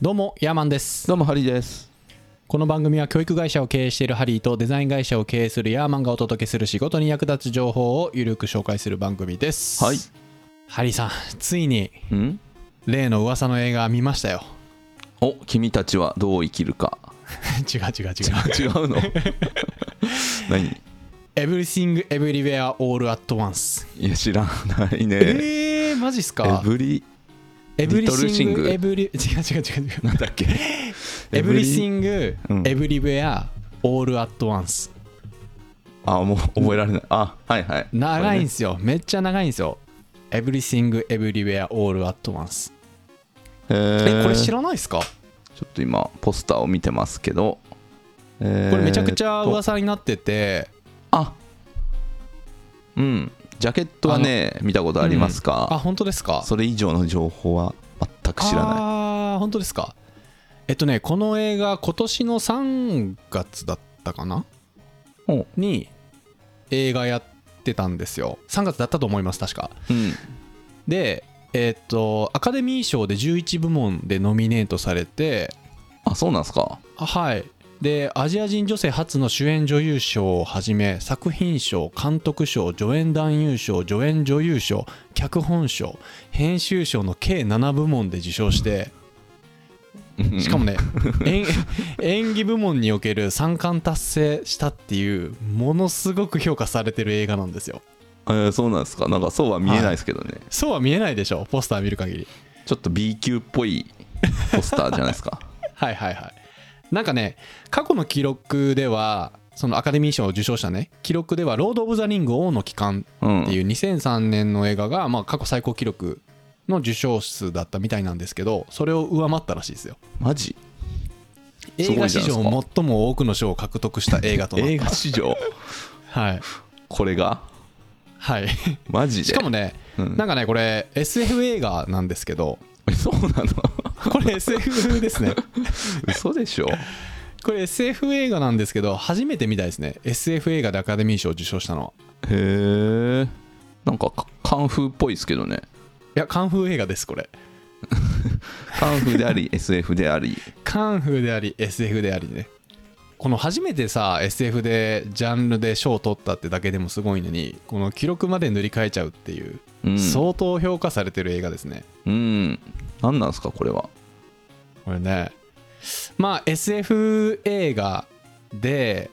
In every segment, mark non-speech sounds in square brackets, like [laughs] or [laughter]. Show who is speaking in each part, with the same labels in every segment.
Speaker 1: どうもヤーマンです
Speaker 2: どうもハリーです
Speaker 1: この番組は教育会社を経営しているハリーとデザイン会社を経営するヤーマンがお届けする仕事に役立つ情報をゆるく紹介する番組です
Speaker 2: はい
Speaker 1: ハリーさんついに
Speaker 2: うん
Speaker 1: 例の噂の映画見ましたよ [laughs]
Speaker 2: お君たちはどう生きるか
Speaker 1: 違う違う違う
Speaker 2: 違うの
Speaker 1: [laughs]
Speaker 2: 何
Speaker 1: Everything Everywhere All at Once
Speaker 2: いや知らないね
Speaker 1: えー、マジっす
Speaker 2: エ
Speaker 1: か
Speaker 2: ブリ
Speaker 1: Everything
Speaker 2: Little Sing
Speaker 1: Every 違う違う違う違う
Speaker 2: なんだっけエブリ
Speaker 1: Everything
Speaker 2: うん
Speaker 1: Everywhere All at Once
Speaker 2: あもう覚えられないあはいはい
Speaker 1: 長いん
Speaker 2: す
Speaker 1: すよめっちゃ長いんすよ Everything Everywhere All at Once
Speaker 2: え
Speaker 1: えこれ知
Speaker 2: ら
Speaker 1: らないですか
Speaker 2: ちょっと今ポスターを見てますけどこ
Speaker 1: これめちゃくちゃ
Speaker 2: 噂
Speaker 1: 噂になってて
Speaker 2: あうんジャケットはね見たことあります
Speaker 1: あ
Speaker 2: か、
Speaker 1: 本当ですか
Speaker 2: それ以上の情報は全く知らない
Speaker 1: あー本当ですかえっとねこの映画今年の3月だったかな
Speaker 2: お
Speaker 1: に映画やってたんですよ3月だったと思います確か
Speaker 2: うん
Speaker 1: でえっとアカデミー賞で11部門でノミネートされて
Speaker 2: あそうなんすか
Speaker 1: あはいでアジア人女性初の主演女優賞をはじめ作品賞監督賞助演男優賞助演女優賞脚本賞編集賞の計7部門で受賞してしかもね演演技部門における3冠達成したっていうものすごく評価されてる映画なんですよ
Speaker 2: えーそうなんですかなんかそうは見えないですけどね、
Speaker 1: そうは見えないでしょポスター見る限り
Speaker 2: ちょっと B 級っぽいポスターじゃないで
Speaker 1: [laughs]
Speaker 2: すか
Speaker 1: はいはいはいなんかね過去の記録ではそのアカデミー賞を受賞したね記録では「ロード・オブ・ザ・リング王の帰還」
Speaker 2: うん
Speaker 1: っていう2003年の映画が、まあ、過去最高記録の受賞数だったみたいなんですけどそれを上回ったらしいですよ
Speaker 2: マジ
Speaker 1: 映
Speaker 2: すごいじゃな
Speaker 1: 画
Speaker 2: いです
Speaker 1: 史
Speaker 2: か
Speaker 1: 上最も多くの賞を獲得した映画となった
Speaker 2: 映画史上
Speaker 1: はい、
Speaker 2: これが
Speaker 1: はい、
Speaker 2: [laughs] マジで
Speaker 1: しかもね、
Speaker 2: うん
Speaker 1: なんかねこれ SF 映画なんですけど [laughs]
Speaker 2: えそうなの
Speaker 1: これ SF ですね
Speaker 2: 嘘でしょ
Speaker 1: これ SF 映画なんですけど初めてみたいですね SF 映画でアカデミー賞を受賞したのは
Speaker 2: へえんかかカンフーっぽいですけどね
Speaker 1: いやカンフー映画ですこれ
Speaker 2: カンフーであ
Speaker 1: [laughs]
Speaker 2: り SF であり
Speaker 1: カンフーであり SF でありねこの初めてさ SF でジャンルで賞を取ったってだけでもすごいのにこの記録まで塗り替えちゃうっていう、
Speaker 2: うん
Speaker 1: 相当評価されてる映画ですね
Speaker 2: うん何なんですかこれは
Speaker 1: これねまあ SF 映画で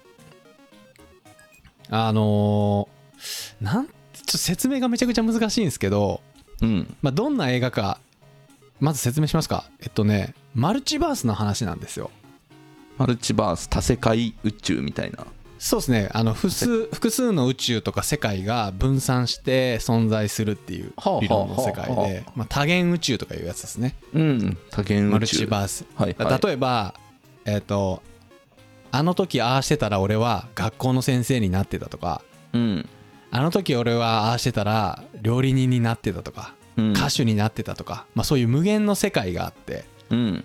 Speaker 1: あのーなんちょっと説明がめちゃくちゃ難しいんですけど、
Speaker 2: うん
Speaker 1: まあ、どんな映画かまず説明しますかえっとねマルチバースの話なんですよ
Speaker 2: マルチバース多世界宇宙みたいな
Speaker 1: そうですねあの複数複数の宇宙とか世界が分散して存在するっていう
Speaker 2: はあ
Speaker 1: 理論の世界
Speaker 2: はあはあは
Speaker 1: で、まあ、多元宇宙とかいうやつですね
Speaker 2: うん多元宇宙
Speaker 1: マルチバース、
Speaker 2: はい、
Speaker 1: だ
Speaker 2: はい、
Speaker 1: 例えばえっ、とあの時ああしてたら俺は学校の先生になってたとか
Speaker 2: うん
Speaker 1: あの時俺はああしてたら料理人になってたとか
Speaker 2: うん
Speaker 1: 歌手になってたとか、まあ、そういう無限の世界があって
Speaker 2: うん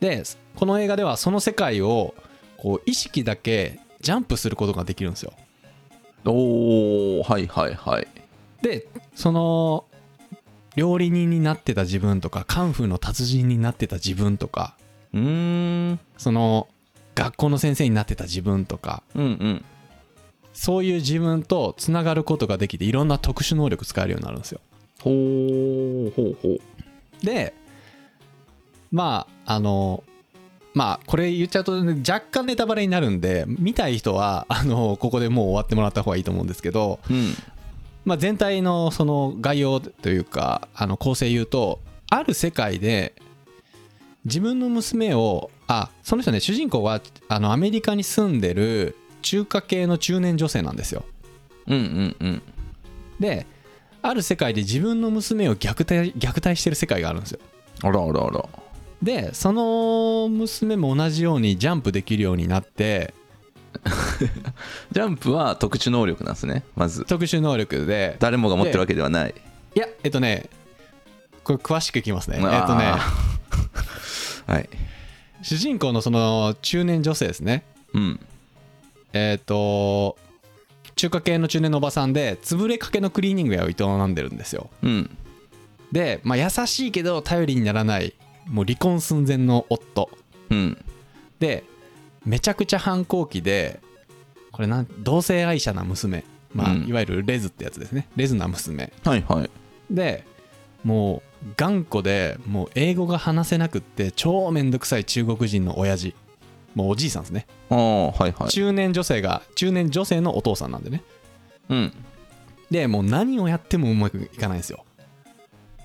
Speaker 1: でこの映画ではその世界をこう意識だけジャンプすることができるんですよ
Speaker 2: おーはいはいはい
Speaker 1: でその料理人になってた自分とかカンフーの達人になってた自分とか
Speaker 2: うーん
Speaker 1: その学校の先生になってた自分とか
Speaker 2: うんうん
Speaker 1: そういう自分とつながることができていろんな特殊能力使えるようになるんですよ
Speaker 2: ほうほうほう
Speaker 1: でまああのまあこれ言っちゃうとね、若干ネタバレになるんで見たい人はあのここでもう終わってもらった方がいいと思うんですけど
Speaker 2: うん
Speaker 1: まあ、全体のその概要というかあの構成言うとある世界で自分の娘をあその人ね主人公はあのアメリカに住んでる中華系の中年女性なんですよ
Speaker 2: うんうんうん
Speaker 1: である世界で自分の娘を虐待虐待してる世界があるんですよ
Speaker 2: あらあらあら
Speaker 1: でその娘も同じようにジャンプできるようになって
Speaker 2: ジャンプは特殊能力なんですねまず
Speaker 1: 特殊能力で
Speaker 2: 誰もが持ってるわけではない
Speaker 1: いやえっとねこれ詳しくいきますねえっ
Speaker 2: あー
Speaker 1: とね
Speaker 2: [laughs] はい
Speaker 1: 主人公のその中年女性ですね
Speaker 2: うん
Speaker 1: えっ、と中華系の中年のおばさんで潰れかけのクリーニング屋を営んでるんですよ
Speaker 2: うん
Speaker 1: で、まあ、優しいけど頼りにならないもう離婚寸前の夫
Speaker 2: うん
Speaker 1: でめちゃくちゃ反抗期でこれなん同性愛者な娘、まあ
Speaker 2: うん
Speaker 1: いわゆるレズってやつですねレズな娘
Speaker 2: はいはい
Speaker 1: でもう頑固でもう英語が話せなくって超めんどくさい中国人の親父もうおじいさんですね、
Speaker 2: ああはいはい
Speaker 1: 中年女性が中年女性のお父さんなんでね
Speaker 2: うん
Speaker 1: でもう何をやってもうまくいかないんですよ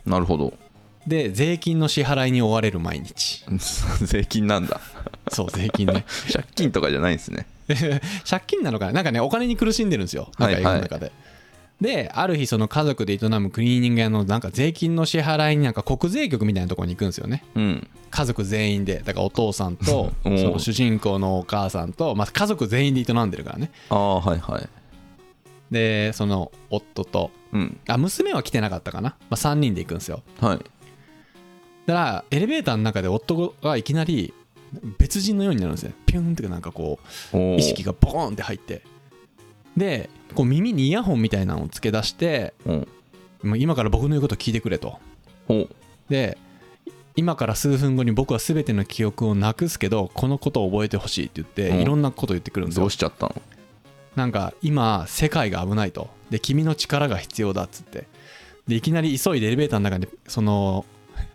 Speaker 2: なるほど [laughs]
Speaker 1: で税金の支払いに追われる毎日
Speaker 2: 税金なんだ
Speaker 1: そう税金
Speaker 2: [laughs]
Speaker 1: ね
Speaker 2: 借金とかじゃないんですね
Speaker 1: 借金なのかななんかねお金に苦しんでるんですよなん
Speaker 2: はい
Speaker 1: か
Speaker 2: はい
Speaker 1: 映画の中で、である日その家族で営むクリーニング屋のなんか税金の支払いになんか国税局みたいなところに行くんですよね
Speaker 2: うん
Speaker 1: 家族全員でだからお父さんとそ
Speaker 2: [laughs] おー
Speaker 1: の主人公のお母さんと、まあ、家族全員で営んでるからね
Speaker 2: ああはいはい
Speaker 1: でその夫と
Speaker 2: うん
Speaker 1: あ娘は来てなかったかな、まあ、3人で行くんですよ
Speaker 2: はい
Speaker 1: だからエレベーターの中で夫がいきなり別人のようになるんですねピュンってなんかこ
Speaker 2: お
Speaker 1: う
Speaker 2: お
Speaker 1: 意識がボーンって入ってでこう耳にイヤホンみたいなのをつけ出して
Speaker 2: うん
Speaker 1: もう今から僕の言うこと聞いてくれと
Speaker 2: お
Speaker 1: で今から数分後に僕は全ての記憶をなくすけどこのことを覚えてほしいって言って、
Speaker 2: うん
Speaker 1: いろんなことを言ってくるんです
Speaker 2: ど
Speaker 1: よ
Speaker 2: うしちゃったの
Speaker 1: なんか今世界が危ないとで君の力が必要だっつってでいきなり急いでエレベーターの中でその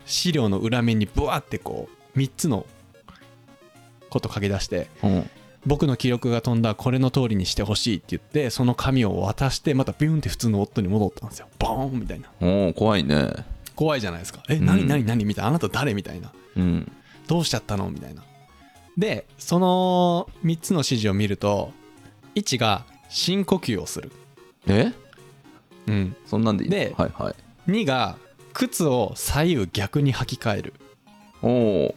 Speaker 1: 資料の裏面にブワーってこう3つのこと書き出して
Speaker 2: うん
Speaker 1: 僕の記憶が飛んだこれの通りにしてほしいって言ってその紙を渡してまたビュンって普通の夫に戻ったんですよボーンみたいな
Speaker 2: おお怖いね
Speaker 1: 怖いじゃないですかえ
Speaker 2: うん
Speaker 1: 何何何みたいなあなた誰みたいな
Speaker 2: うん
Speaker 1: どうしちゃったのみたいなでその3つの指示を見ると1が深呼吸をする
Speaker 2: え
Speaker 1: うん
Speaker 2: そんなんでいいの
Speaker 1: で
Speaker 2: はいはい
Speaker 1: 2が靴を左右逆に履き替える
Speaker 2: おお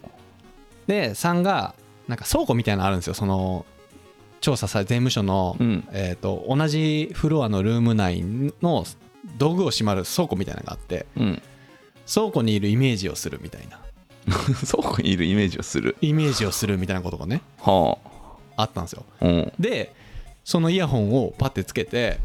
Speaker 1: で3がなんか倉庫みたいなのあるんですよその調査され税務署の、
Speaker 2: うん
Speaker 1: えー、と同じフロアのルーム内の道具をしまる倉庫みたいなのがあって
Speaker 2: うん [laughs]
Speaker 1: 倉庫にいるイメージをするみたいな
Speaker 2: 倉庫にいるイメージをする
Speaker 1: イメージをするみたいなことがね
Speaker 2: は
Speaker 1: あったんですよ
Speaker 2: あうん
Speaker 1: でそのイヤホンをパッてつけて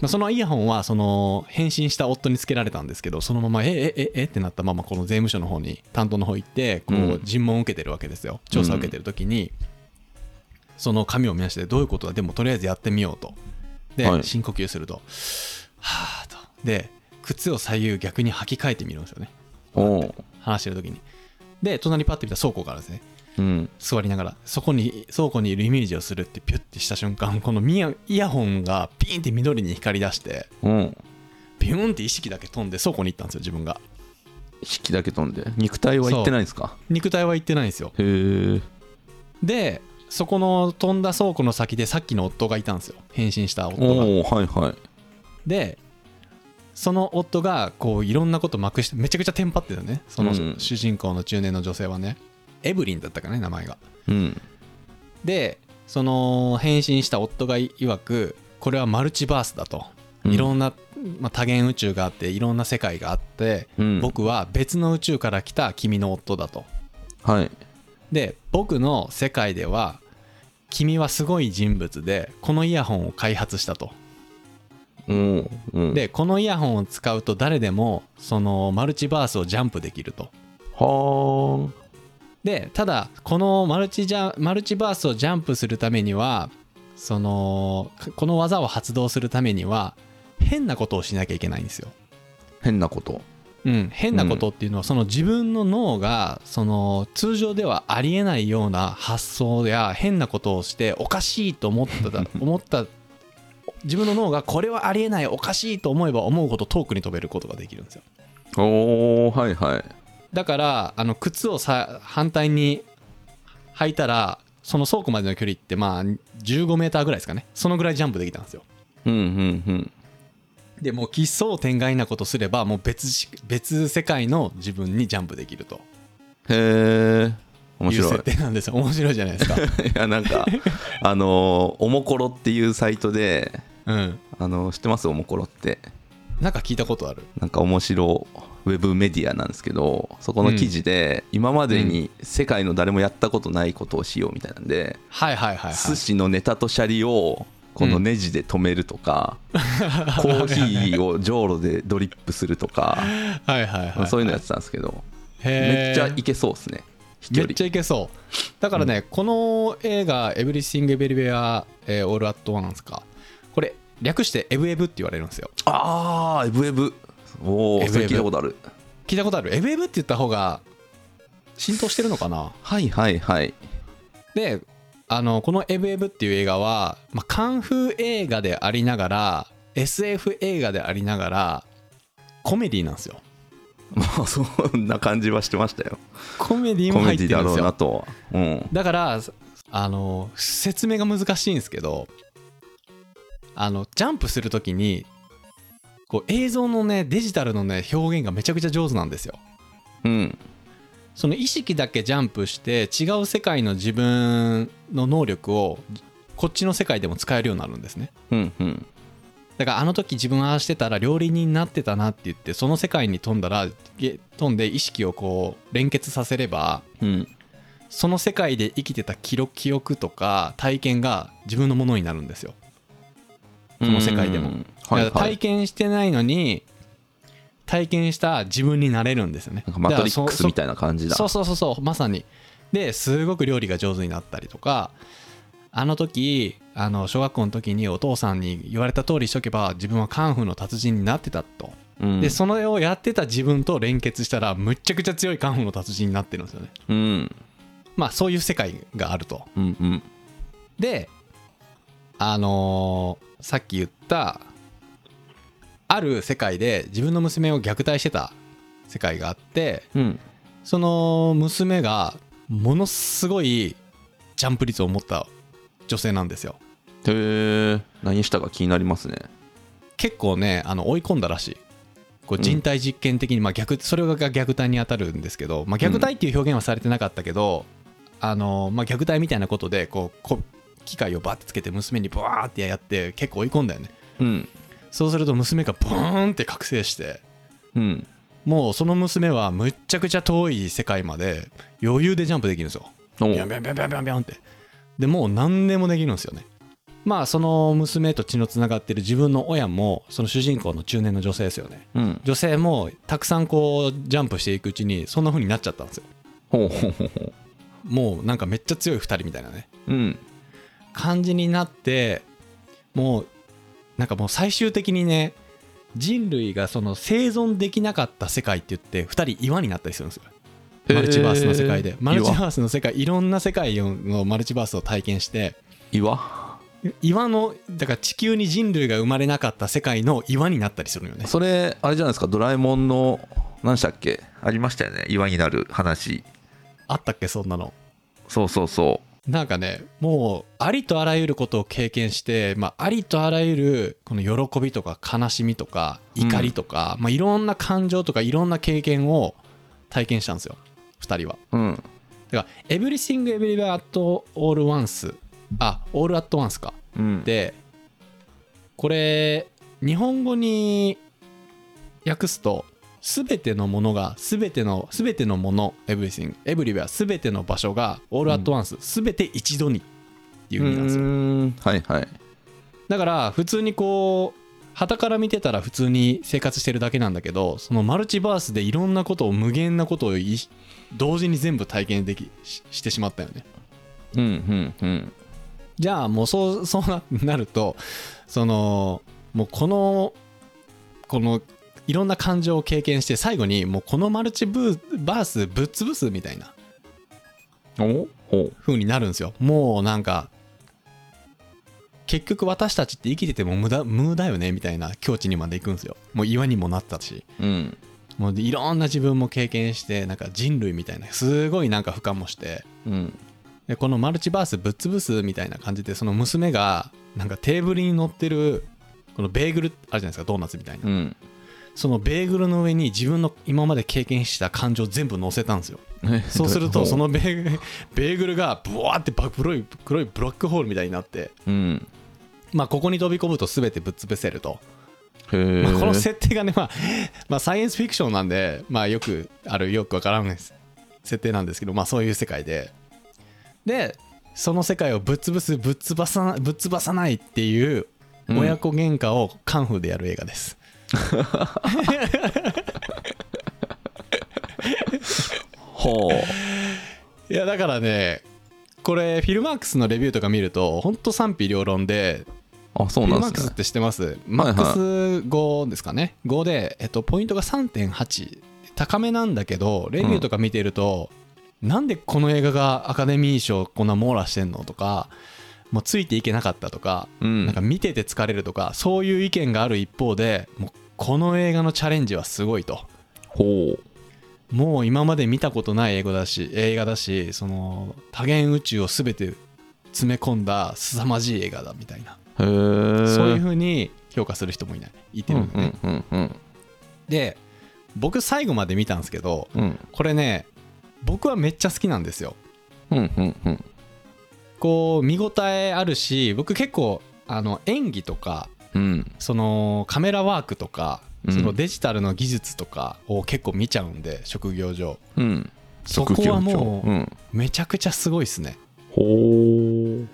Speaker 1: まあそのイヤホンはその返信した夫につけられたんですけどそのままええええってなったままこの税務署の方に担当の方行ってこ
Speaker 2: う
Speaker 1: うん尋問を受けてるわけですよ調査を受けてる時にその紙を見ましてどういうことだでもとりあえずやってみようとで
Speaker 2: はい
Speaker 1: 深呼吸するとはあとで靴を左右逆に履き替えてみるんですよね
Speaker 2: おお
Speaker 1: 話してる時にで隣パッて見た倉庫からですね
Speaker 2: うん
Speaker 1: 座りながらそこに倉庫にいるイメージをするってピュッてした瞬間このミヤイヤホンがピーンって緑に光り出して
Speaker 2: うん
Speaker 1: ビューンって意識だけ飛んで倉庫に行ったんですよ自分が
Speaker 2: 引きだけ飛んで肉体は行ってないんですか
Speaker 1: 肉体は行ってないんですよ
Speaker 2: へえ
Speaker 1: でそこの飛んだ倉庫の先でさっきの夫がいたんですよ変身した夫が
Speaker 2: おおはいはい
Speaker 1: でその夫がこういろんなことまくしてめちゃくちゃテンパってたねその
Speaker 2: うん
Speaker 1: 主人公の中年の女性はねエブリンだったかね名前が
Speaker 2: うん
Speaker 1: でその返信した夫がいわくこれはマルチバースだと、
Speaker 2: うん
Speaker 1: いろんな、まあ、多元宇宙があっていろんな世界があって、
Speaker 2: うん
Speaker 1: 僕は別の宇宙から来た君の夫だと
Speaker 2: はい
Speaker 1: で僕の世界では君はすごい人物でこのイヤホンを開発したと
Speaker 2: おおうん
Speaker 1: でこのイヤホンを使うと誰でもそのマルチバースをジャンプできると
Speaker 2: は
Speaker 1: でただこのマルチジャンマルチバースをジャンプするためにはそのかこの技を発動するためには変なことをしなきゃいけないんですよ。
Speaker 2: あ変なこと
Speaker 1: うん、変なことっていうのは、その自分の脳がその通常ではありえないような発想や変なことをしておかしいと思っただ思った自分の脳がこれはありえないおかしいと思えば思うほど遠くに飛べることができるんですよ。
Speaker 2: おおはいはい
Speaker 1: だからあの靴をさ反対に履いたらその倉庫までの距離ってまあ1 5メーターぐらいですかねそのぐらいジャンプできたんですよ
Speaker 2: うんうんうん
Speaker 1: でもう奇想天外なことすればもう別し別世界の自分にジャンプできると
Speaker 2: へえ面
Speaker 1: いう
Speaker 2: 白い
Speaker 1: 設定なんですよ面白いじゃないですか
Speaker 2: [laughs] いやな
Speaker 1: [laughs]
Speaker 2: んかあのーおもころっていうサイトで
Speaker 1: うん
Speaker 2: あのー知ってますおもころって
Speaker 1: なんか聞いたことある
Speaker 2: なんか面白ウェブメディアなんですけどそこの記事で、今までに世界の誰もやったことないことをしようみたいなんで、
Speaker 1: はいはいはいは
Speaker 2: 寿司のネタとシャリをこのネジで止めるとか、コーヒーをじょうろでドリップするとか
Speaker 1: いはいはいはい
Speaker 2: そういうのやってたんですけど、
Speaker 1: へ
Speaker 2: めっちゃいけそうですね飛距
Speaker 1: めっ
Speaker 2: 離
Speaker 1: ちゃいけそうだからね、この映画「エブリシング・エベリウェア・えーオール・アット・ワン」なんですかこれ略して「エブエブ」って言われるんですよ
Speaker 2: ああエブエブお
Speaker 1: エブエ
Speaker 2: お
Speaker 1: ブ
Speaker 2: それ聞いたことある
Speaker 1: 聞いたことある「エブエブ」って言った方が浸透してるのかな
Speaker 2: はいはいはい [laughs]
Speaker 1: であのこの「エブエブ」っていう映画は、まあ、カンフー映画でありながら SF 映画でありながらコメディなんですよ
Speaker 2: まあそんな感じはしてましたよ
Speaker 1: コメディも
Speaker 2: コ
Speaker 1: 入
Speaker 2: メ
Speaker 1: っ
Speaker 2: デ
Speaker 1: て
Speaker 2: ィ
Speaker 1: る
Speaker 2: だ
Speaker 1: んで
Speaker 2: ろ
Speaker 1: す
Speaker 2: う
Speaker 1: よ
Speaker 2: なとはうん
Speaker 1: だからあの説明が難しいんですけどあのジャンプするときにこう映像のねデジタルのね表現がめちゃくちゃ上手なんですよ
Speaker 2: うん
Speaker 1: その意識だけジャンプして違う世界の自分の能力をこっちの世界でも使えるようになるんですね
Speaker 2: うんうん
Speaker 1: だからあの時自分ああしてたら料理人になってたなって言ってその世界に飛んだらげ飛んで意識をこう連結させれば
Speaker 2: うん
Speaker 1: その世界で生きてた記録記憶とか体験が自分のものになるんですよ
Speaker 2: こ
Speaker 1: の世界でも
Speaker 2: はい
Speaker 1: だから
Speaker 2: は
Speaker 1: 体
Speaker 2: い
Speaker 1: 験してないのに体験した自分になれるんですよね
Speaker 2: なんかマトリックスみ
Speaker 1: い
Speaker 2: たいな感じだ
Speaker 1: そうそうそうそうまさにですごく料理が上手になったりとかあの時あの小学校の時にお父さんに言われた通りしとけば自分はカンフーの達人になってたと、
Speaker 2: うん
Speaker 1: でそれをやってた自分と連結したらむっちゃくちゃ強いカンフーの達人になってるんですよね
Speaker 2: うん
Speaker 1: まあそういう世界があると
Speaker 2: うんうん
Speaker 1: であのーさっき言ったある世界で自分の娘を虐待してた世界があって
Speaker 2: うん
Speaker 1: その娘がものすごいジャンプ率を持った女性なんですよ
Speaker 2: へえ何したか気になりますね
Speaker 1: 結構ねあの追い込んだらしいこう
Speaker 2: うん
Speaker 1: 人体実験的に、まあ、逆それが虐待に当たるんですけど、まあ、虐待っていう表現はされてなかったけど、あのまあ、虐待みたいなことでこうこ機械をバッてつけて娘にブワーってやって結構追い込んだよね
Speaker 2: うん
Speaker 1: そうすると娘がボーンって覚醒して
Speaker 2: うん
Speaker 1: もうその娘はむっちゃくちゃ遠い世界まで余裕でジャンプできるんですよ。
Speaker 2: お
Speaker 1: ビャンビャンビャンビャンビャンビャンって。でもう何でもできるんですよね。まあその娘と血のつながってる自分の親もその主人公の中年の女性ですよね。
Speaker 2: うん
Speaker 1: 女性もたくさんこうジャンプしていくうちにそんな風になっちゃったんですよ。
Speaker 2: ほうほうほうほう
Speaker 1: もうなんかめっちゃ強い2人みたいなね。
Speaker 2: うん
Speaker 1: 感じになってもうなんかもう最終的にね人類がその生存できなかった世界って言って2人岩になったりするんですよ
Speaker 2: へー
Speaker 1: マルチバースの世界でマルチ
Speaker 2: 岩
Speaker 1: バースの世界いろんな世界のマルチバースを体験して
Speaker 2: 岩
Speaker 1: 岩のだから地球に人類が生まれなかった世界の岩になったりするよね
Speaker 2: それあれじゃないですかドラえもんの何でしたっけありましたよね岩になる話
Speaker 1: あったっけそんなの
Speaker 2: そうそうそ
Speaker 1: なんかねもうありとあらゆることを経験して、まあ、ありとあらゆるこの喜びとか悲しみとか怒りとか、まあ、いろんな感情とかいろんな経験を体験したんですよ2人は。
Speaker 2: ううん
Speaker 1: だから「Everything Everywhere at All Once」あ「All at Once」か。
Speaker 2: うん
Speaker 1: でこれ日本語に訳すと「すべてのものがすべてのすべてのもの everything everywhere すべての場所が all at once すべて一度に」っていう意味なんですよ
Speaker 2: んはいはい
Speaker 1: だから普通にこう傍から見てたら普通に生活してるだけなんだけどそのマルチバースでいろんなことを無限なことをい同時に全部体験できししてしまったよね
Speaker 2: うんうんうん
Speaker 1: じゃあもうそうそうななるとそのもうこのこのいろんな感情を経験して最後にもうこのマルチブーバースぶっ潰すみたいな
Speaker 2: おほ
Speaker 1: 風になるんですよもうなんか結局私たちって生きてても無駄無だよねみたいな境地にまで行くんですよもう岩にもなったし
Speaker 2: ううん
Speaker 1: もういろんな自分も経験してなんか人類みたいなすごいなんか俯瞰もして
Speaker 2: うん
Speaker 1: でこのマルチバースぶっ潰すみたいな感じでその娘がなんかテーブルに乗ってるこのベーグルあるじゃないですかドーナツみたいな
Speaker 2: うん
Speaker 1: そのベーグルの上に自分の今まで経験した感情全部乗せたんですよそうするとそのベーグルベーグルがブワーってば黒い黒いブラックホールみたいになって
Speaker 2: うん
Speaker 1: まあここに飛び込むと全てぶっ潰せると、
Speaker 2: へえ
Speaker 1: まあこの設定がね、まあ、 [laughs] まあサイエンスフィクションなんでまあよくあるよくわからないです設定なんですけどまあそういう世界ででその世界をぶっ潰すぶっ潰さなぶっ潰さないっていう
Speaker 2: うん
Speaker 1: 親子喧嘩をカンフーでやる映画です、
Speaker 2: ほう
Speaker 1: いやだからねこれフィルマークスのレビューとか見るとほんと賛否両論で
Speaker 2: あそう
Speaker 1: フィル
Speaker 2: な
Speaker 1: マー
Speaker 2: ん
Speaker 1: ク
Speaker 2: で
Speaker 1: ス
Speaker 2: す
Speaker 1: っ
Speaker 2: ね
Speaker 1: て知ってます、マックス5ですかね5で、えっと、ポイントが3.8高めなんだけどレビューとか見てると、なんでこの映画がアカデミー賞こんな網羅してんのとかもうついていけなかったとか、
Speaker 2: うん
Speaker 1: なんか見てて疲れるとかそういう意見がある一方でもうこの映画のチャレンジはすごいと
Speaker 2: ほう
Speaker 1: もう今まで見たことない英語だし映画だしその多元宇宙を全て詰め込んだ凄まじい映画だみたいな
Speaker 2: へえ
Speaker 1: そういう
Speaker 2: う
Speaker 1: ふうに評価する人もいないいて
Speaker 2: う
Speaker 1: る
Speaker 2: ん
Speaker 1: んだよね、
Speaker 2: うんうん
Speaker 1: で僕最後まで見たんですけど
Speaker 2: うん
Speaker 1: これね僕はめっちゃ好きなんですよ
Speaker 2: うんうんうん
Speaker 1: こう見応えあるし僕結構あの演技とか
Speaker 2: うん
Speaker 1: そのカメラワークとか
Speaker 2: うん
Speaker 1: そのデジタルの技術とかを結構見ちゃうんで職業上
Speaker 2: うん
Speaker 1: そこはも
Speaker 2: う、ん、
Speaker 1: うめちゃくちゃすごいっすね
Speaker 2: ほう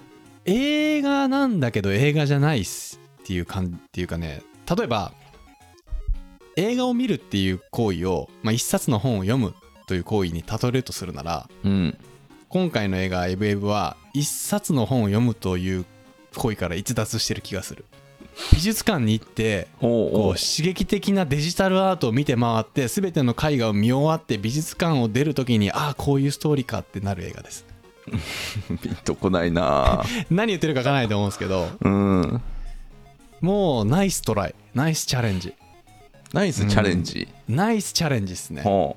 Speaker 1: 映画なんだけど映画じゃないっすっていう感じっていうかね例えば映画を見るっていう行為を、まあ、一冊の本を読むという行為に例えるとするなら
Speaker 2: うん
Speaker 1: 今回の映画「エブエブ」は一冊の本を読むという行為から逸脱してる気がする美術館に行って
Speaker 2: ほう
Speaker 1: こう刺激的なデジタルアートを見て回って全ての絵画を見終わって美術館を出る時にああこういうストーリーかってなる映画です
Speaker 2: ピンとこないな
Speaker 1: 何言ってるか分からないと思うんですけど
Speaker 2: うん
Speaker 1: もうナイストライナイスチャレンジ
Speaker 2: ナイスチャレンジ、
Speaker 1: ナイスチャレンジですね
Speaker 2: ほ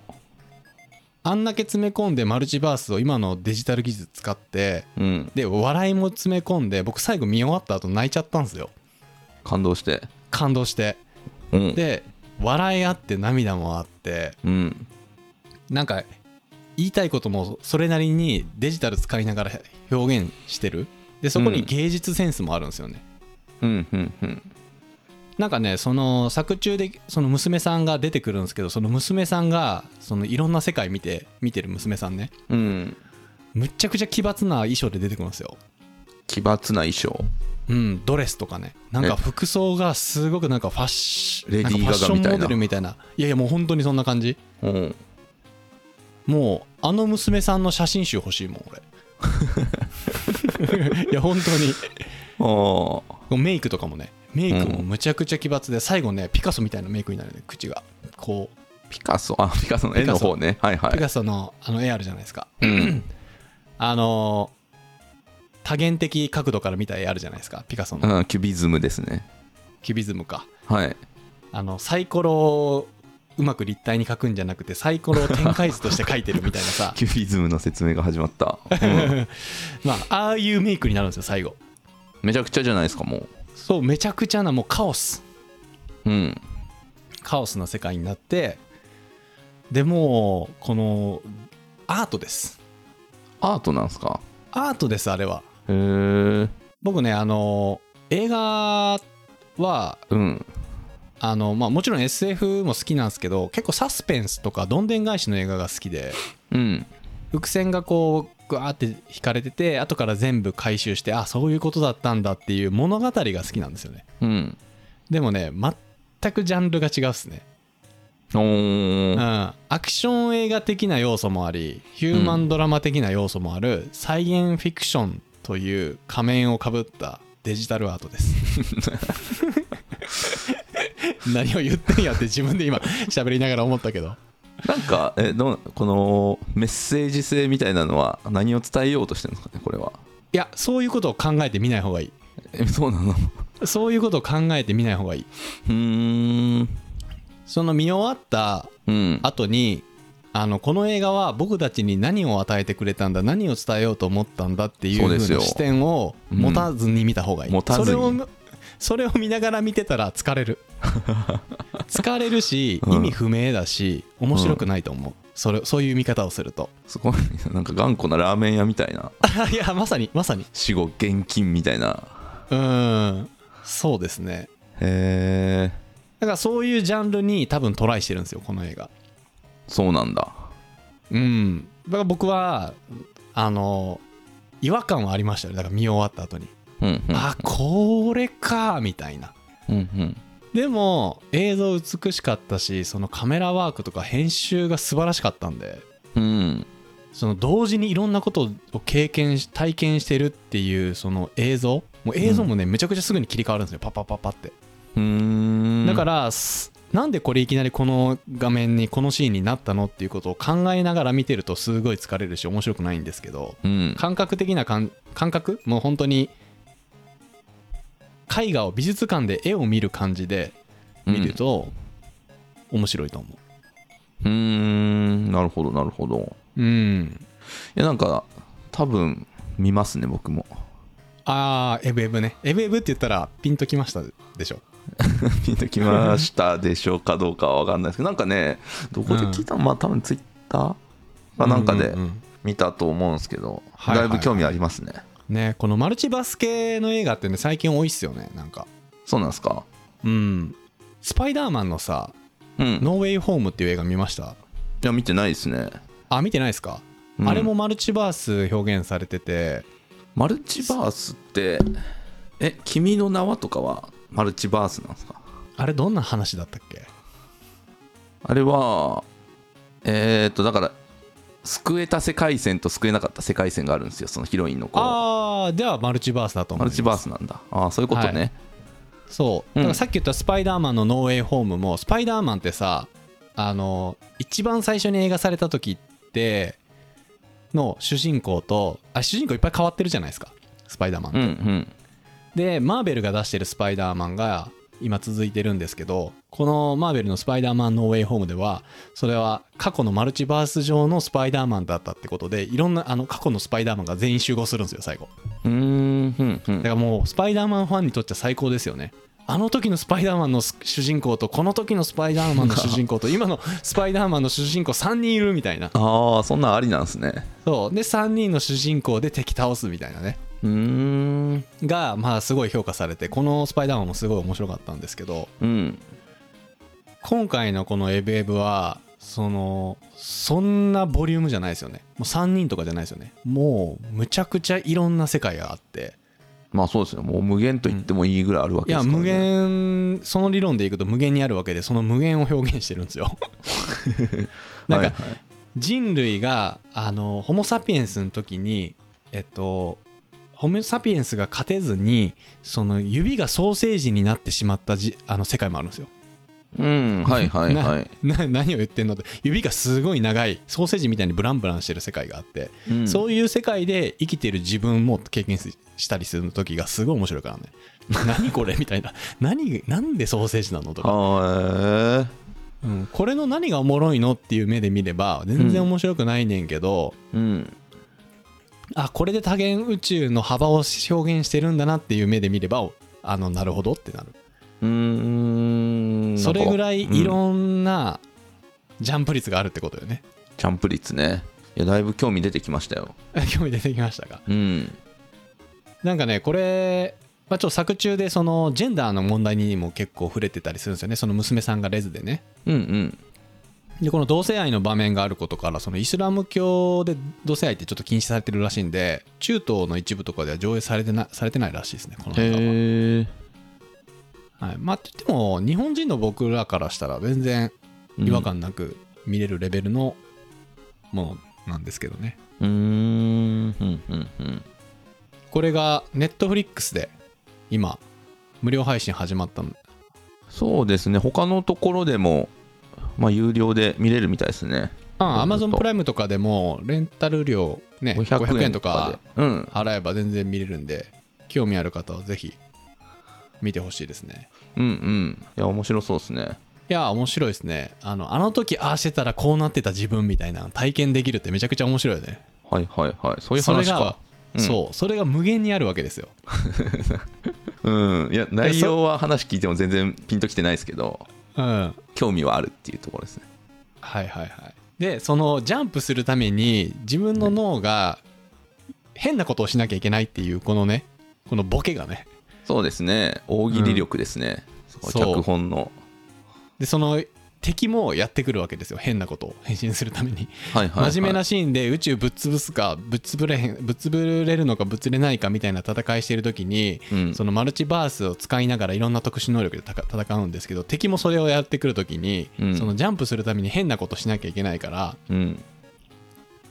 Speaker 1: あんだけ詰め込んでマルチバースを今のデジタル技術使って
Speaker 2: ううん
Speaker 1: で笑いも詰め込んで僕最後見終わった後泣いちゃったんですよ
Speaker 2: 感動して
Speaker 1: 感動して
Speaker 2: うん
Speaker 1: で笑いあって涙もあって
Speaker 2: うん
Speaker 1: なんか言いたいこともそれなりにデジタル使いながら表現してるでそこ
Speaker 2: う
Speaker 1: に
Speaker 2: ん
Speaker 1: 芸術センスもあるんですよね、
Speaker 2: うんうんうん
Speaker 1: なんかねその作中でその娘さんが出てくるんですけどその娘さんがそのいろんな世界見て見てる娘さんね
Speaker 2: うん
Speaker 1: むっちゃくちゃ奇抜な衣装で出てくるんですよ
Speaker 2: 奇抜な衣装
Speaker 1: うんドレスとかねなんか
Speaker 2: え
Speaker 1: 服装がすごくなんかファッシ
Speaker 2: レディーガガみたいなん
Speaker 1: かファッションモデルみたいないやいやもう本当にそんな感じ
Speaker 2: うん
Speaker 1: もうあの娘さんの写真集欲しいもん
Speaker 2: [laughs]
Speaker 1: 俺いや本当に
Speaker 2: ああ
Speaker 1: こうメイクとかもねメイクもむちゃくちゃ奇抜で最後ねピカソみたいなメイクになるね口がこう
Speaker 2: ピカソあピカソの絵の方ねはいは
Speaker 1: ピ
Speaker 2: い
Speaker 1: カソのあの絵あるじゃないですか
Speaker 2: うん
Speaker 1: [clears throat] あのー多元的角度から見た絵あるじゃないですかピカソの
Speaker 2: うんキュビズムですね
Speaker 1: キュビズムか
Speaker 2: はい
Speaker 1: あのサイコロをうまく立体に描くんじゃなくてサイコロを展開図として描いてるみたいな
Speaker 2: [laughs]
Speaker 1: さ
Speaker 2: キュビズムの説明が始まった、うん
Speaker 1: まあああいうメイクになるんですよ最後
Speaker 2: めちゃくちゃじゃないですかも
Speaker 1: そうめちゃくちゃなもうカオス
Speaker 2: ううん
Speaker 1: カオスな世界になってでもうこのアートです
Speaker 2: アートなんすか
Speaker 1: アートですあれは
Speaker 2: へえ
Speaker 1: 僕ねあの映画は
Speaker 2: うん
Speaker 1: あの、まあ、もちろん SF も好きなんですけど結構サスペンスとかどんでん返しの映画が好きで
Speaker 2: うん
Speaker 1: 伏線がこうグワーって引かれてて後から全部回収してあそういうことだったんだっていう物語が好きなんですよね
Speaker 2: うん
Speaker 1: でもね全くジャンルが違うっすね
Speaker 2: お
Speaker 1: うん、
Speaker 2: ー
Speaker 1: アクション映画的な要素もありヒューマンドラマ的な要素もある、サイエンフィクションという仮面をかぶったデジタルアートです [laughs] 何を言ってんやって自分で今喋りながら思ったけど
Speaker 2: なんかえどうこのメッセージ性みたいなのは何を伝えようとしてるんですかねこれはい
Speaker 1: やそういうことを考えてみない方がいい
Speaker 2: えそうなのう
Speaker 1: そういうことを考えてみない方がいい
Speaker 2: ーん
Speaker 1: その見終わった
Speaker 2: うん
Speaker 1: 後にあのこの映画は僕たちに何を与えてくれたんだ何を伝えようと思ったんだっていう
Speaker 2: そう
Speaker 1: 風
Speaker 2: ですよ
Speaker 1: な視点を
Speaker 2: うん
Speaker 1: 持たずに見た方がいい、
Speaker 2: 持たずに
Speaker 1: それをそれを見ながら見てたら疲れ
Speaker 2: [laughs]
Speaker 1: る疲れるし
Speaker 2: うん
Speaker 1: 意味不明だし面白くないと思う、それそういう見方をすると [laughs]
Speaker 2: すごいなんか頑固なラーメン屋みたいない
Speaker 1: やまさにまさに
Speaker 2: 死後現金みたいな
Speaker 1: うーんそうですね
Speaker 2: へえ
Speaker 1: だからそういうジャンルに多分トライしてるんですよこの映画
Speaker 2: そうなんだ
Speaker 1: うんだから僕はあの違和感はありましたねだから見終わった後に、
Speaker 2: うんうん
Speaker 1: あこれかみたいな
Speaker 2: うんうん
Speaker 1: でも映像美しかったしそのカメラワークとか編集が素晴らしかったんで
Speaker 2: うん
Speaker 1: その同時にいろんなことを経験し体験してるっていうその映像もう映像もね、めちゃくちゃすぐに切り替わるんですよパッパッパッパって
Speaker 2: うーん
Speaker 1: だから、すなんでこれいきなりこの画面にこのシーンになったのっていうことを考えながら見てるとすごい疲れるし面白くないんですけど
Speaker 2: うん
Speaker 1: 感覚的な感感覚もう本当に絵画を美術館で絵を見る感じで見ると面白いと思
Speaker 2: うーんなるほどなるほど
Speaker 1: ううん
Speaker 2: いやなんか多分見ますね僕も [laughs]
Speaker 1: あーエブエブねエブエブって言ったらピンときましたでしょ
Speaker 2: 見てきましたでしょうかどうかは分かんないですけどなんかねどこで聞いたの、まあ多分ツイッターかなんかで
Speaker 1: ううん
Speaker 2: 見たと思うんですけど、
Speaker 1: はいはい
Speaker 2: だいぶ興味ありますね
Speaker 1: ねこのマルチバス系の映画ってね最近多いっすよねなんか
Speaker 2: そうなんですか
Speaker 1: うんスパイダーマンのさ
Speaker 2: うん
Speaker 1: ノーウェイホームっていう映画見ました
Speaker 2: いや見てないですね、
Speaker 1: あ見てないですか、
Speaker 2: うん
Speaker 1: あれもマルチバース表現されてて
Speaker 2: マルチバースってえ君の名はとかはマルチバースなんですか
Speaker 1: あれどんな話だったっけ
Speaker 2: あれはえっ、とだから救えた世界線と救えなかった世界線があるんですよそのヒロインの子
Speaker 1: ああではマルチバースだと思
Speaker 2: マ
Speaker 1: い
Speaker 2: ル
Speaker 1: ます
Speaker 2: チバースなんだああそういうことね、
Speaker 1: そう
Speaker 2: うん
Speaker 1: だからさっき言ったスパイダーマンのノーウェイホームもスパイダーマンってさあの一番最初に映画された時っての主人公とあ主人公いっぱい変わってるじゃないですかスパイダーマン、
Speaker 2: うんうん
Speaker 1: でマーベルが出してるスパイダーマンが今続いてるんですけどこのマーベルの「スパイダーマンノーウェイホーム」ではそれは過去のマルチバース上のスパイダーマンだったってことでいろんなあの過去のスパイダーマンが全員集合するんですよ最後
Speaker 2: うーんうんう
Speaker 1: だ
Speaker 2: ん
Speaker 1: からもうスパイダーマンファンにとっては最高ですよねあの時のスパイダーマンの主人公とこの時のスパイダーマンの主人公と今のスパイダーマンの主人公3人いるみたいな
Speaker 2: ああそんなんありなんですね
Speaker 1: そうで3人の主人公で敵倒すみたいなね
Speaker 2: うーん
Speaker 1: がまあすごい評価されてこのスパイダーマンもすごい面白かったんですけど
Speaker 2: うん
Speaker 1: 今回のこの「エブエブはそのそんなボリュームじゃないですよねもう3人とかじゃないですよねもうむちゃくちゃいろんな世界があって
Speaker 2: まあそうですよもう無限と言ってもいいぐらいあるわ
Speaker 1: い
Speaker 2: けで
Speaker 1: や
Speaker 2: すから、ね
Speaker 1: 無限その理論でいくと無限にあるわけでその無限を表現してるんですよ [laughs] なん
Speaker 2: はい
Speaker 1: か人類があのホモ・サピエンスの時にえっとホモ・サピエンスが勝てずにその指がソーセージになってしまったじあの世界もあるんですよ
Speaker 2: うんはいはいはい、
Speaker 1: [laughs] な何を言ってんのって指がすごい長いソーセージみたいにブランブランしてる世界があって、
Speaker 2: うん、
Speaker 1: そういう世界で生きてる自分も経験ししたりする時がすごい面白いからね [laughs] 何これみたいな何なんでソーセージなのとか、
Speaker 2: は
Speaker 1: うんこれの何がおもろいのっていう目で見れば全然面白くないねんけど、
Speaker 2: えうん
Speaker 1: あこれで多元宇宙の幅を表現してるんだなっていう目で見ればあのなるほどってなる
Speaker 2: うーん
Speaker 1: それぐらいい
Speaker 2: うん
Speaker 1: ろんなジャンプ率があるってことよね [laughs]
Speaker 2: ジャンプ率ねいやだいぶ興味出てきましたよ
Speaker 1: 興味出てきましたが
Speaker 2: うん
Speaker 1: なんかねこれ、まあ、ちょっと作中でそのジェンダーの問題にも結構触れてたりするんですよねその娘さんがレズでね
Speaker 2: うんうん
Speaker 1: でこの同性愛の場面があることからそのイスラム教で同性愛ってちょっと禁止されてるらしいんで中東の一部とかでは上映されてなされてないらしいですねこの映画は、
Speaker 2: へえ
Speaker 1: はい、まあって言っても日本人の僕らからしたら全然違和感なく見れるレベルのものなんですけどね
Speaker 2: うーんうんうんうん
Speaker 1: これがネットフリックスで今無料配信始まったの
Speaker 2: そうですね他のところでもまあ有料で見れるみたいですね
Speaker 1: ああ、ア
Speaker 2: な
Speaker 1: マ
Speaker 2: る
Speaker 1: ゾ
Speaker 2: ほ
Speaker 1: ン
Speaker 2: ど
Speaker 1: プライムとかでも、レンタル料、ね、500, 円とか
Speaker 2: でうん
Speaker 1: 払えば全然見れるんで、興味ある方はぜひ見てほしいですね。
Speaker 2: うんうんいや面白そうですね
Speaker 1: いや、面白いですね。あの、あの時ああしてたらこうなってた自分みたいなの体験できるってめちゃくちゃ面白いよね。
Speaker 2: はいはいはいそういう
Speaker 1: それ
Speaker 2: 話
Speaker 1: が
Speaker 2: か、うん
Speaker 1: そう、それが無限にあるわけですよ。
Speaker 2: うんいや内容は話聞いても全然ピンときてないですけど
Speaker 1: うん。はい
Speaker 2: 興味はあるっていうところですね
Speaker 1: はいはい。で、そのジャンプするために自分の脳が変なことをしなきゃいけないっていう、このね、このボケがね。
Speaker 2: そうですね大喜利力ですね、そこ
Speaker 1: そう
Speaker 2: 脚本の
Speaker 1: でその敵もやってくるわけですよ変なことを変身するために、
Speaker 2: はいはいはい、
Speaker 1: 真面目なシーンで宇宙ぶっ潰すかぶっ潰れへんぶっ潰れるのかぶっ潰れないかみたいな戦いしてる時に、
Speaker 2: うん
Speaker 1: そのマルチバースを使いながらいろんな特殊能力でたか戦うんですけど敵もそれをやってくる時に、
Speaker 2: うん
Speaker 1: そのジャンプするために変なことしなきゃいけないから
Speaker 2: うん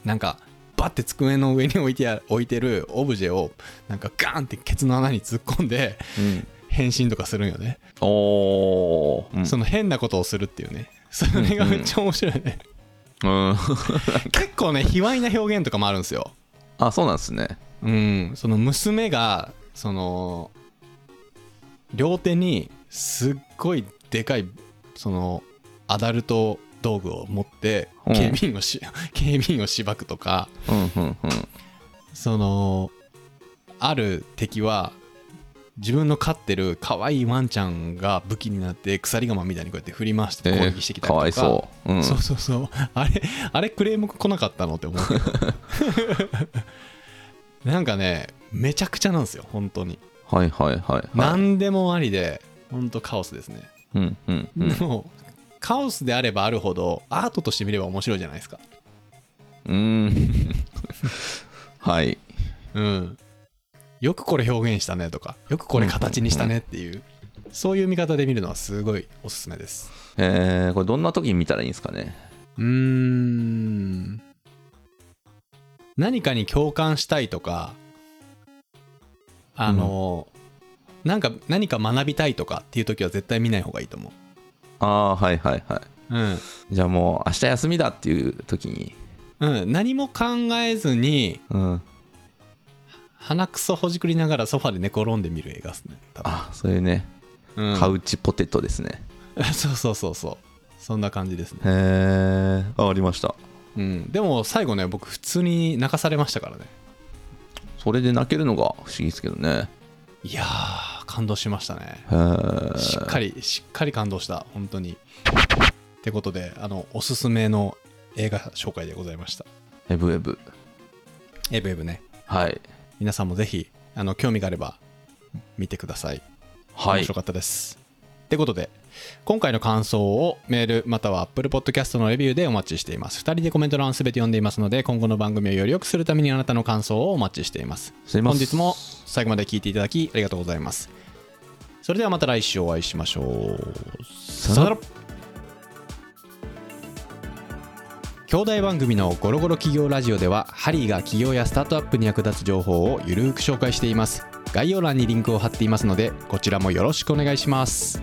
Speaker 1: なんかバッて机の上に置いてあ置いてるオブジェをなんかガーンってケツの穴に突っ込んで
Speaker 2: うん、
Speaker 1: 変身とかするんよね、
Speaker 2: おー、うん
Speaker 1: その変なことをするっていうねそれがめっちゃ面白いね、
Speaker 2: うん [laughs]
Speaker 1: 結構ね卑猥な表現とかもあるんですよ
Speaker 2: あそうなんですね
Speaker 1: うんその娘がその両手にすっごいでかいそのアダルト道具を持って
Speaker 2: うん
Speaker 1: 警備員をし、 [laughs] 警備員をしばくとか
Speaker 2: うんうんうん
Speaker 1: そのある敵は自分の飼ってる可愛いワンちゃんが武器になって鎖釜みたいにこうやって振り回して攻撃してきたりとか、
Speaker 2: かわいそう、うん、
Speaker 1: そうそうそうあれあれクレーム来なかったのって思うけど
Speaker 2: [laughs]
Speaker 1: なんかねめちゃくちゃなんですよ本当に、
Speaker 2: はいはいはいはい
Speaker 1: 何でもありで本当カオスですね、
Speaker 2: うんうんうん
Speaker 1: でもカオスであればあるほどアートとして見れば面白いじゃないですか
Speaker 2: うーん [laughs] はい
Speaker 1: うんよくこれ表現したねとかよくこれ形にしたねっていう、そういう見方で見るのはすごいおすすめです
Speaker 2: えー、これどんな時に見たらいいんですかね
Speaker 1: うーん何かに共感したいとかあの、なんか何か学びたいとかっていう時は絶対見ない方がいいと思
Speaker 2: ああーはいはいは
Speaker 1: う、うん
Speaker 2: いじゃあもう明日休みだっていう時に
Speaker 1: うん、何も考えずに
Speaker 2: うん
Speaker 1: 鼻くそほじくりながらソファで寝転んで見る映画っすね多分
Speaker 2: あそういうね、
Speaker 1: うん
Speaker 2: カウチポテトですね
Speaker 1: [laughs] そうそうそうそうそんな感じですね、
Speaker 2: へえあありました
Speaker 1: うん、でも最後ね僕普通に泣かされましたからね
Speaker 2: それで泣けるのが不思議ですけどね
Speaker 1: いやー感動しましたね
Speaker 2: へー
Speaker 1: しっかりしっかり感動した本当にってことであのおすすめの映画紹介でございました
Speaker 2: エブエブ
Speaker 1: エブエブね
Speaker 2: はい
Speaker 1: 皆さんもぜひあの興味があれば見てください
Speaker 2: は
Speaker 1: 面
Speaker 2: い
Speaker 1: 白かったですってことで今回の感想をメールまたは Apple Podcast のレビューでお待ちしています2人でコメント欄すべて読んでいますので今後の番組をより良くするためにあなたの感想をお待ちしています
Speaker 2: すいま
Speaker 1: 本
Speaker 2: せん
Speaker 1: 日も最後まで聞いていただきありがとうございますそれではまた来週お会いしましょう
Speaker 2: さよなら
Speaker 1: 兄弟番組のゴロゴロ企業ラジオではハリーが企業やスタートアップに役立つ情報をゆるーく紹介しています概要欄にリンクを貼っていますのでこちらもよろしくお願いします